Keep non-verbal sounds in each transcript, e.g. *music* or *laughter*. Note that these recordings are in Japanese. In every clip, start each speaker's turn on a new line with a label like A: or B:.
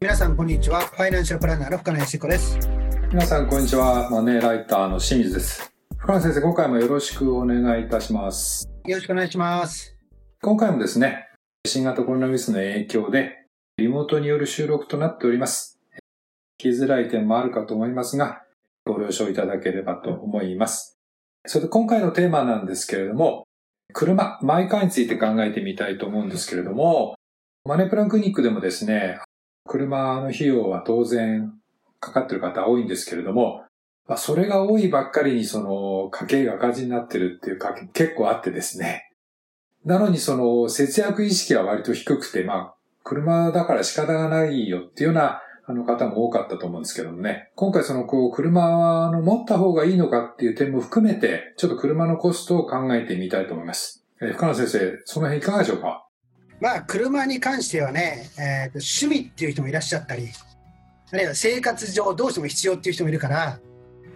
A: 皆さんこんにちはファイナンシャルプランナーの深野康子です
B: 皆さん、こんにちは。マネーライターの清水です。深野先生、今回もよろしくお願いいたします。
A: よろしくお願いします
B: 今回もですね、新型コロナウイルスの影響で、リモートによる収録となっております。聞きづらい点もあるかと思いますが、ご了承いただければと思います。それで今回のテーマなんですけれども、車、マイカーについて考えてみたいと思うんですけれども、マネープランクリニックでもですね、車の費用は当然かかってる方多いんですけれども、まあ、それが多いばっかりにその家計が赤字になってるっていうか結構あってですね。なのにその節約意識は割と低くて、まあ、車だから仕方がないよっていうようなあの方も多かったと思うんですけどもね。今回そのこう車の持った方がいいのかっていう点も含めて、ちょっと車のコストを考えてみたいと思います。えー深野先生、その辺いかがでしょうか
A: まあ車に関してはね、えー、趣味っていう人もいらっしゃったりあるいは生活上どうしても必要っていう人もいるから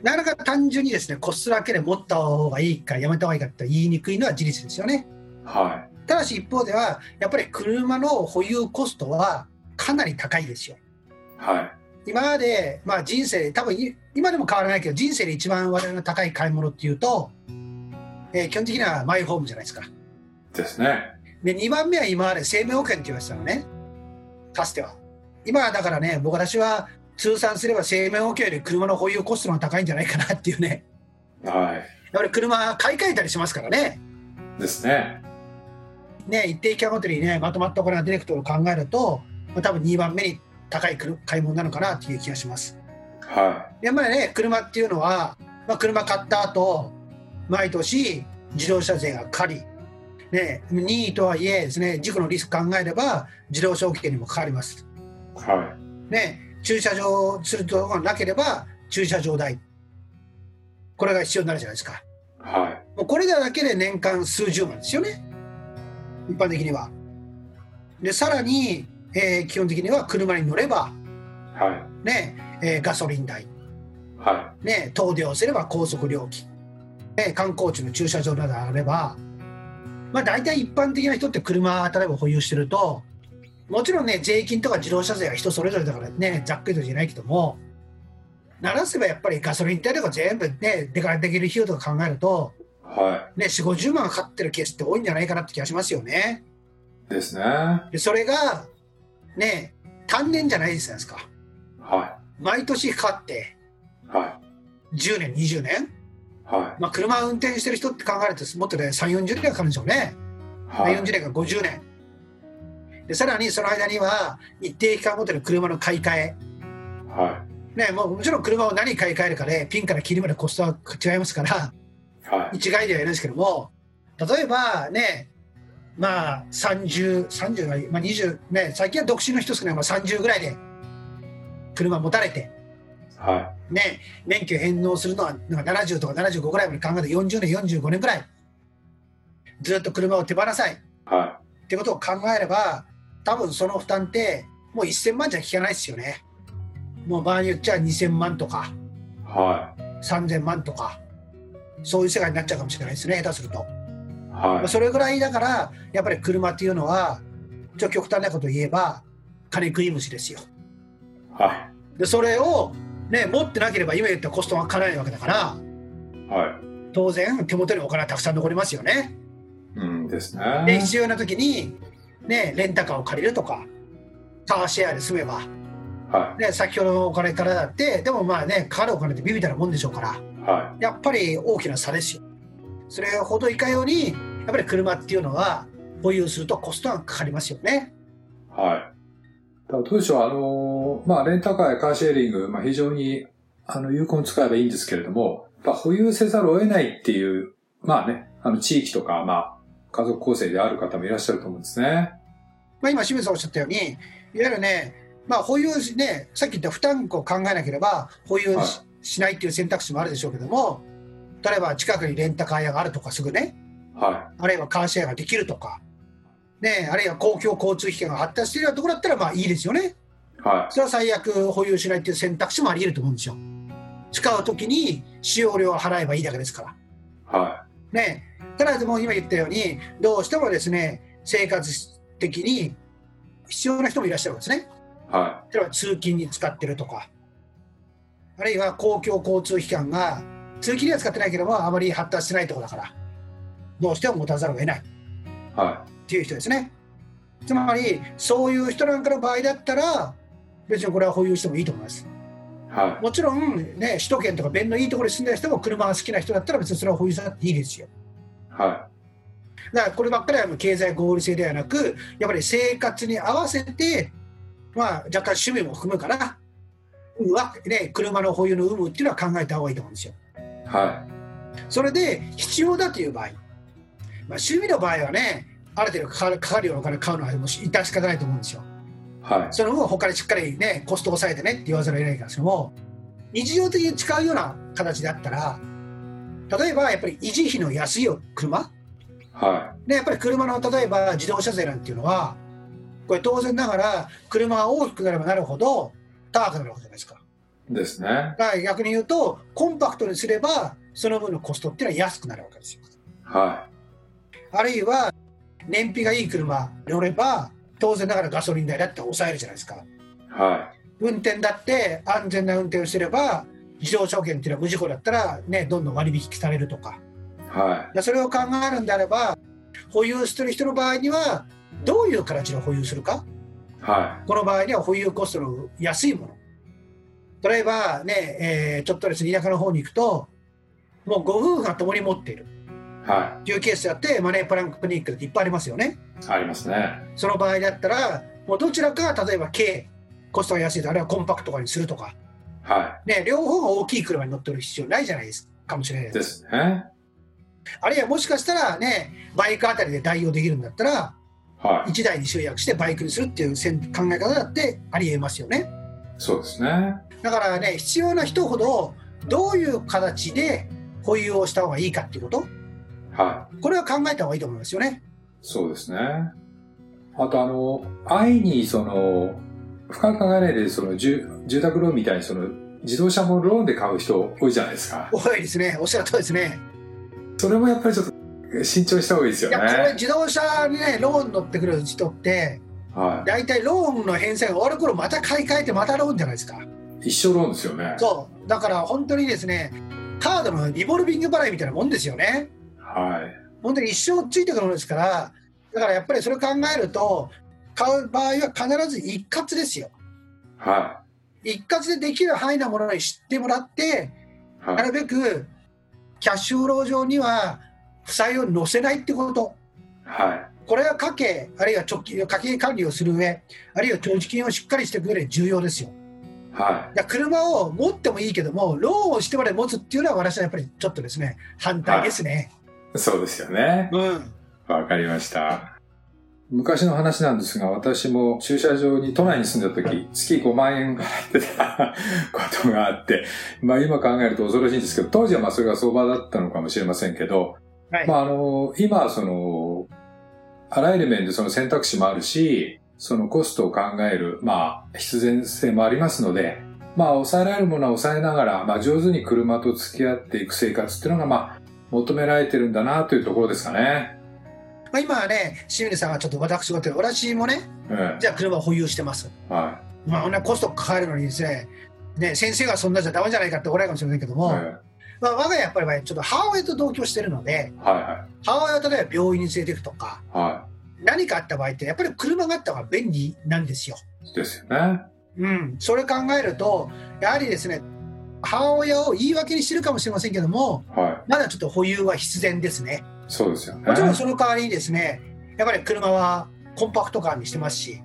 A: なかなか単純にですねコストだけで持った方がいいかやめた方がいいかって言いにくいのは事実ですよね
B: は
A: ただし一方ではやっぱり車の保有コストはかなり高いですよ
B: い。はい。
A: 今まで、まあ、人生多分い今でも変わらないけど人生で一番我々の高い買い物っていうと、えー基本的にはマイホームじゃないですか
B: ですね。
A: で2番目は今まで生命保険って言われてたのねかつては今はだからね僕私は通算すれば生命保険より車の保有コストの方が高いんじゃないかなっていうね
B: は
A: やっぱり車買い替えたりしますからね
B: い。ですね。
A: ね一定期間ごとにねまとまったお金が出てくることを考えると、まあ、多分2番目に高い車買い物なのかなっていう気がします
B: は
A: やっぱりね車っていうのは、まあ、車買った後毎年自動車税が借り、ね、任意とはいえですね事故のリスク考えれば自動車保険にもかかります、
B: い。は
A: ね、駐車場するところがなければ駐車場代これが必要になるじゃないですか
B: い。はい。
A: もうこれだけで年間数十万ですよね一般的にはでさらに、えー基本的には車に乗れば、
B: はい。
A: ねえーガソリン代
B: は
A: ね、遠出をすれば高速料金、ね、観光地の駐車場などあれば、まあ、大体一般的な人って車例えば保有してるともちろんね税金とか自動車税は人それぞれだからねざっくりとじゃないけどもならせばやっぱりガソリン代とか全部ね出かける費用とか考えると、
B: い。は
A: ね、4 5 0万かかってるケースって多いんじゃないかなって気がしますよね。
B: い。ですね。は
A: でそれがね単年じゃないじゃないですか毎年かかって
B: い。は
A: 10年20年
B: い。は
A: まあ、車を運転してる人って考えるともっとね3 4 0年かかるんでしょうね、
B: い。はい。
A: 40年から50年でさらにその間には一定期間ごとに車の買い替え、
B: は
A: ね、もうもちろん車を何買い替えるかで、ピンから切りまでコストは違いますから
B: い。はい。
A: 一概では言えないですけども例えばねまあ3030 30がいいまあ、20ね最近は独身の人少ない、まあ、30ぐらいで車持たれて
B: は
A: ね、免許返納するのはなんか70とか75ぐらいまで考えて40年45年ぐらいずっと車を手放さないっ
B: い。は
A: てことを考えれば多分その負担ってもう1000万じゃ効かないですよねもう場合によっちゃ2000万とか
B: い。は
A: 3000万とかそういう世界になっちゃうかもしれないですね下手すると、
B: い。
A: まあ
B: は
A: それぐらいだからやっぱり車っていうのはちょっと極端なことを言えば金食い虫ですよ
B: い。は
A: でそれを、ね、持ってなければ今言ったコストがかからないわけだから
B: い。はい。
A: 当然手元にお金はたくさん残りますよね。
B: うんですね。
A: で必要な時に、ね、レンタカーを借りるとかカーシェアで住めば、
B: は
A: ね、先ほどのお金からだってでもまあねかかるお金って微々たるもんでしょうから
B: い。は
A: やっぱり大きな差ですよ。それほどいかようにやっぱり車っていうのは保有するとコストがかかりますよね。
B: い。はい。だからどうでしょう、あのー、まあ、レンタカーやカーシェーリング、まあ、非常に、あの、有効に使えばいいんですけれども、まあ、保有せざるを得ないっていう、まあね、あの、地域とか、まあ、家族構成である方もいらっしゃると思うんですね。
A: まあ、今清水さんおっしゃったようにいわゆるね、まあ、保有しねさっき言った負担を考えなければ保有し,、
B: は
A: な
B: い
A: いっていう選択肢もあるでしょうけども例えば近くにレンタカー屋があるとかすぐね
B: は
A: あるいはカーシェアができるとか、ね、あるいは公共交通機関が発達しているようなところだったらまあいいですよね。
B: い。は
A: それは最悪保有しないっていう選択肢もあり得ると思うんですよ。使うときに使用料を払えばいいだけですから。
B: い。は
A: ね、ただでも今言ったようにどうしてもですね生活的に必要な人もいらっしゃるんですね。
B: い。は
A: 例えば通勤に使ってるとか、あるいは公共交通機関が通勤には使ってないけれども、あまり発達してないところだから、どうしても持たざるを得ないっ
B: い。は
A: ていう人ですね。つまり、そういう人なんかの場合だったら、別にこれは保有してもいいと思います。
B: い。は
A: もちろん、ね、首都圏とか便のいいところに住んでる人も車が好きな人だったら別にそれは保有しなくていいですよ。
B: い。は
A: だからこればっかりはもう経済合理性ではなく、やっぱり生活に合わせて、まあ、若干趣味も含むから、うわね、車の保有の有無っていうのは考えた方がいいと思うんですよ。
B: い。は
A: それで必要だという場合、まあ、趣味の場合はね、ある程度かかるかかるようなお金買うのはもう致し方ないと思うんですよ。
B: い。はい。
A: その分、他にしっかりね、コストを抑えてねって言わざるを得ないからですけども、日常的に使うような形だったら、例えばやっぱり維持費の安い車、
B: は
A: でやっぱり車の例えば自動車税なんていうのはこれ当然ながら車が大きくなればなるほど高くなるわけじゃないですか
B: い。ですね
A: だ。から逆に言うとコンパクトにすればその分のコストっていうのは安くなるわけですよ
B: は
A: あるいは燃費がいい車乗れば当然ながらガソリン代だって抑えるじゃないですか
B: い。は
A: 運転だって安全な運転をしてれば自動車保険っていうのは無事故だったらねどんどん割引されるとか
B: い。は
A: でそれを考えるんであれば保有してる人の場合にはどういう形で保有するか
B: い。は
A: この場合には保有コストの安いもの。例えばね、えーちょっとですね、田舎の方に行くと、もうご夫婦が共に持っている
B: い。は
A: というケースだって、マネープランクニックっていっぱいありますよね。
B: い。ありますね。
A: その場合だったら、もうどちらか、例えば軽、コストが安いと、あるいはコンパクト化にするとか、
B: は。
A: ね、両方が大きい車に乗ってる必要ないじゃないですか。かもしれないい
B: ですね。
A: あるいはもしかしたらね、バイクあたりで代用できるんだったら、
B: はい。
A: 1台に集約してバイクにするっていうせん考え方だってありえますよね。
B: そうですね。
A: だからね、必要な人ほど、どういう形で保有をした方がいいかっていうこと、
B: は
A: これは考えた方がいいと思いますよね。
B: い。そうですね。あと、あの、愛に、その、深く考えないで、その、住住宅ローンみたいに、その、自動車もローンで買う人多いじゃないですか。
A: 多いですね、おっしゃる通りですね。
B: それもやっぱりちょっと、慎重した方がいいです
A: い
B: よね。
A: や、これ、
B: は
A: 自動車にね、ローン乗ってくる人って、
B: い。
A: 大体ローンの返済が終わる頃また買い替えて、またローンじゃないですか。
B: 一生ローンですよね。
A: そう、だから本当にですね、カードのリボルビング払いみたいなもんですよね。
B: はい。
A: 本当に一生ついてくるものですから、だからやっぱりそれを考えると、買う場合は必ず一括ですよ。
B: は
A: 一括でできる範囲のものに知ってもらって、
B: い。は。
A: ないるべくキャッシュフロー上には負債を載せないってこと、
B: は
A: これは家計、あるいは直近家計管理をする上、あるいは長期金をしっかりしていく上で重要ですよ。
B: い。は
A: だから車を持ってもいいけども、ローンをしてまで持つっていうのは、私はやっぱりちょっとですね、反対ですね。
B: い。そうですよね。
A: うん、
B: わかりました。昔の話なんですが、私も駐車場に都内に住んでた時、月5万円払ってたことがあって、まあ今考えると恐ろしいんですけど、当時はまあそれが相場だったのかもしれませんけど、
A: はい
B: まああの、今はその、あらゆる面でその選択肢もあるし、そのコストを考える、まあ必然性もありますので、まあ抑えられるものは抑えながら、まあ上手に車と付き合っていく生活っていうのがまあ求められてるんだなというところですかね。
A: まあ、今はね、清水さんはちょっと私事で、私もね、
B: うん
A: じゃあ車を保有してます。
B: は
A: まあ、こんなコストかかるのにですね、ね先生がそんなじゃダメじゃないかっておられるかもしれないけど
B: い。
A: も、
B: はい
A: まあ、我が家やっぱりねちょっと母親と同居してるので、
B: は
A: 母親を例えば病院に連れていくとか
B: い。は
A: 何かあった場合ってやっぱり車があった方が便利なんですよ。
B: い。ですよね。
A: うん、それ考えるとやはりですね母親を言い訳にしてるかもしれませんけども
B: は
A: まだちょっと保有は必然ですね。
B: い。そうですよね。
A: もちろん
B: は
A: その代わりにですねやっぱり車はコンパクト感にしてますし
B: い。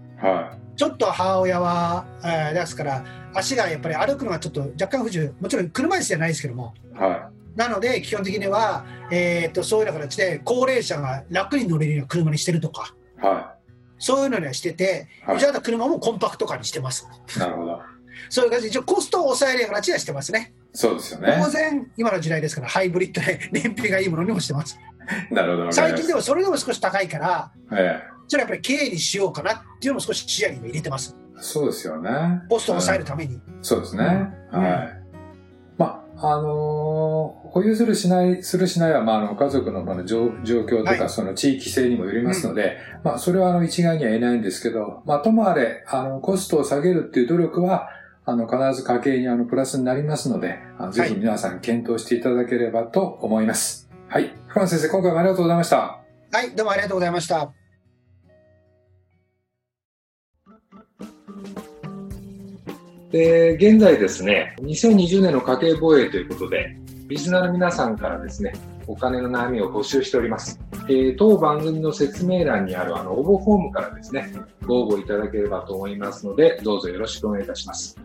A: ちょっと母親は、えーですから足がやっぱり歩くのがちょっと若干不自由もちろん車椅子じゃないですけども
B: は
A: なので基本的には、えーっとそういうような形で高齢者が楽に乗れるような車にしてるとか。
B: い。は
A: そういうのにはしてて、
B: い。は
A: じゃあ車もコンパクト化にしてます。
B: い。なるほど。
A: そういう感じで、一応コストを抑えるような形はしてますね。
B: そうですよね
A: 当。然、今の時代ですから、ハイブリッドで *laughs* 燃費がいいものにもしてます。
B: なるほど。わかり
A: 最
B: ま
A: 近
B: し
A: でもそれでも少し高いから、
B: たえ
A: それはやっぱり経営にしようかなっていうのも少し視野に入れてます。
B: え。そうですよね。
A: コストを抑えるために。
B: そうですね。
A: うん
B: はい。まあ、あのー保有するしない、するしないは、まあ、あの、家族のまあ状状況とか、
A: はい
B: その地域性にもよりますので、まあ、それは、あの、一概には言えないんですけど、まあ、ともあれ、あの、コストを下げるっていう努力は、あの、必ず家計に、あの、プラスになりますので、あのぜひ皆さん検討していただければと思います。はい。フラン先生、今回もありがとうございました。
A: はい、どうもありがとうございました。
C: で、現在ですね、2020年の家計防衛ということで、リスナーの皆さんからですね、お金の悩みを募集しております。えー当番組の説明欄にあるあの応募フォームからですね、ご応募いただければと思いますので、どうぞよろしくお願いいたします。